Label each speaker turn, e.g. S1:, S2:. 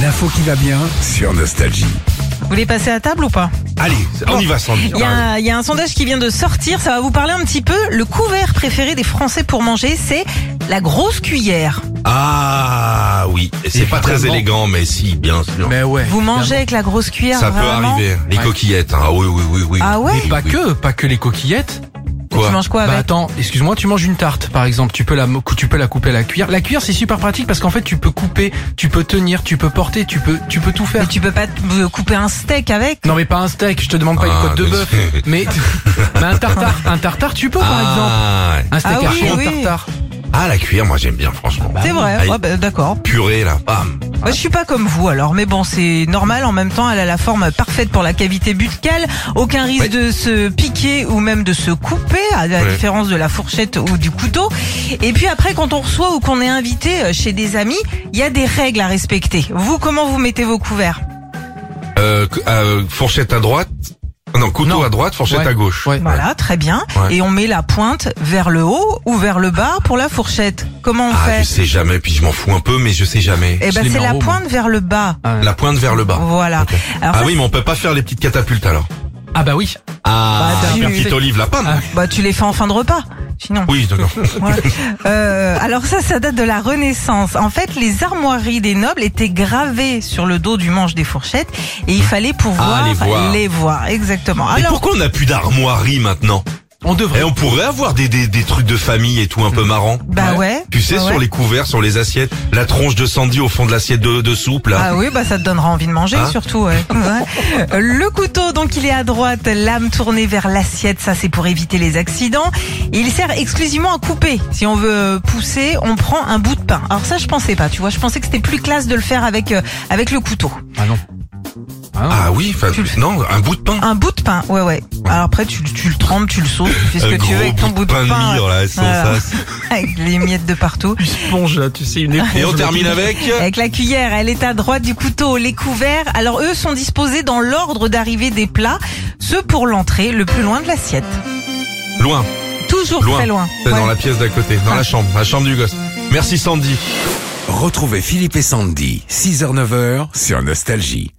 S1: L'info qui va bien.
S2: sur Nostalgie.
S3: Vous voulez passer à table ou pas
S2: Allez, on y va sans
S3: Il y, a un- il y a un sondage qui vient de sortir, ça va vous parler un petit peu. Le couvert préféré des Français pour manger, c'est la grosse cuillère.
S2: Ah oui, Et c'est pas très
S1: Évidemment.
S2: élégant, mais si, bien sûr.
S1: Mais ouais.
S3: Vous mangez
S1: évidemment.
S3: avec la grosse cuillère
S2: Ça peut
S3: vraiment
S2: arriver. Les
S1: Ouais.
S2: coquillettes, hein. ah oui, oui, oui, oui.
S3: Ah ouais
S2: Oui,
S1: Mais pas
S2: oui.
S1: que, pas que les coquillettes.
S3: Tu
S2: Quoi
S3: manges quoi
S1: Bah
S3: avec
S1: attends, excuse-moi, tu manges une tarte par exemple, tu peux la mo- tu peux la couper à la cuillère. La cuillère c'est super pratique parce qu'en fait tu peux couper, tu peux tenir, tu peux porter, tu peux tu peux tout faire.
S3: Mais tu peux pas te euh, couper un steak avec
S1: Non mais pas un steak, je te demande pas
S2: Ah,
S1: une côte de
S2: mais-
S1: bœuf, mais, mais un tartare, un tartare tu peux par exemple.
S2: Ah,
S1: Un steak
S3: Ah oui,
S1: haché en
S3: oui.
S1: tartare.
S2: ah, la cuillère, moi j'aime bien, franchement.
S3: C'est vrai,
S2: Allez,
S3: ouais, bah, d'accord.
S2: Purée, là, bam.
S3: Moi, Bah, je suis pas comme vous alors, mais bon, c'est normal. En même temps, elle a la forme parfaite pour la cavité buccale. Aucun risque
S2: Ouais.
S3: de se piquer ou même de se couper, à la
S2: Ouais.
S3: différence de la fourchette ou du couteau. Et puis après, quand on reçoit ou qu'on est invité euh, chez des amis, il y a des règles à respecter. Vous, comment vous mettez vos couverts
S2: Euh, que- euh, fourchette à droite. Non, couteau
S1: Non.
S2: à droite, fourchette
S1: Ouais.
S2: à gauche.
S1: Ouais.
S3: Voilà, très bien.
S2: Ouais.
S3: Et on met la pointe vers le haut ou vers le bas pour la fourchette. Comment on
S2: Ah, je
S3: fait
S2: sais jamais, puis je m'en fous un peu, mais je sais jamais.
S3: Eh
S1: je
S3: ben,
S1: les
S3: c'est
S1: mets en
S3: la
S1: haut,
S3: pointe vers le bas.
S1: Ah,
S2: La pointe vers le bas.
S3: Voilà.
S2: Ok.
S3: Alors
S2: Ah
S3: ça,
S2: oui, mais on peut pas faire les petites catapultes alors.
S1: Ah bah oui.
S2: Ah,
S3: Bah,
S2: la
S3: tu-
S2: petite olive, la pomme.
S1: Ah.
S3: bah, tu les fais en fin de repas. Sinon.
S2: Oui, d'accord.
S3: Voilà. Euh, alors ça, ça date de la Renaissance. En fait, les armoiries des nobles étaient gravées sur le dos du manche des fourchettes et il fallait pouvoir
S2: Ah, les voir.
S3: voir. Exactement.
S2: Et
S3: Alors,
S2: pourquoi on n'a plus d'armoirie maintenant
S1: On devrait.
S2: Et on pourrait avoir des, des, des trucs de famille et tout un peu marrant.
S3: bah ouais.
S2: Tu sais,
S3: bah ouais.
S2: sur les couverts, sur les assiettes, la tronche de Sandy au fond de l'assiette de, de soupe, là.
S3: Ah oui, bah ça te donnera envie de manger
S2: Hein
S3: surtout. ouais. Ouais. Euh, Le couteau, donc il est à droite, lame tournée vers l'assiette, ça c'est pour éviter les accidents. Et il sert exclusivement à couper. Si on veut pousser, on prend un bout de pain. Alors ça, je pensais pas, tu vois, je pensais que c'était plus classe de le faire avec euh, avec le couteau.
S1: Ah non. Ah non.
S2: Ah oui, enfin,
S3: Tu le fais.
S2: non, un bout de pain.
S3: Un bout de pain, ouais, ouais. Alors après, tu, tu le trempes, tu le sauces, tu fais ce
S2: un
S3: que tu veux avec ton bout de pain.
S2: de mire,
S3: ouais.
S2: là, sans
S3: Voilà.
S2: ça.
S3: Avec les miettes de partout.
S1: Une Sponge, là, tu sais, une
S3: Ah,
S1: éponge.
S2: Et on termine avec
S3: Avec la cuillère, elle est à droite du couteau. Les couverts, alors eux sont disposés dans l'ordre d'arrivée des plats, ceux pour l'entrée le plus loin de l'assiette.
S2: Loin,
S3: Toujours
S2: Loin.
S3: très loin.
S2: c'est dans
S3: Ouais.
S2: la pièce d'à côté, dans la chambre, la chambre du gosse. Merci Sandy.
S4: Retrouvez Philippe et Sandy, 6h-9h sur Nostalgie.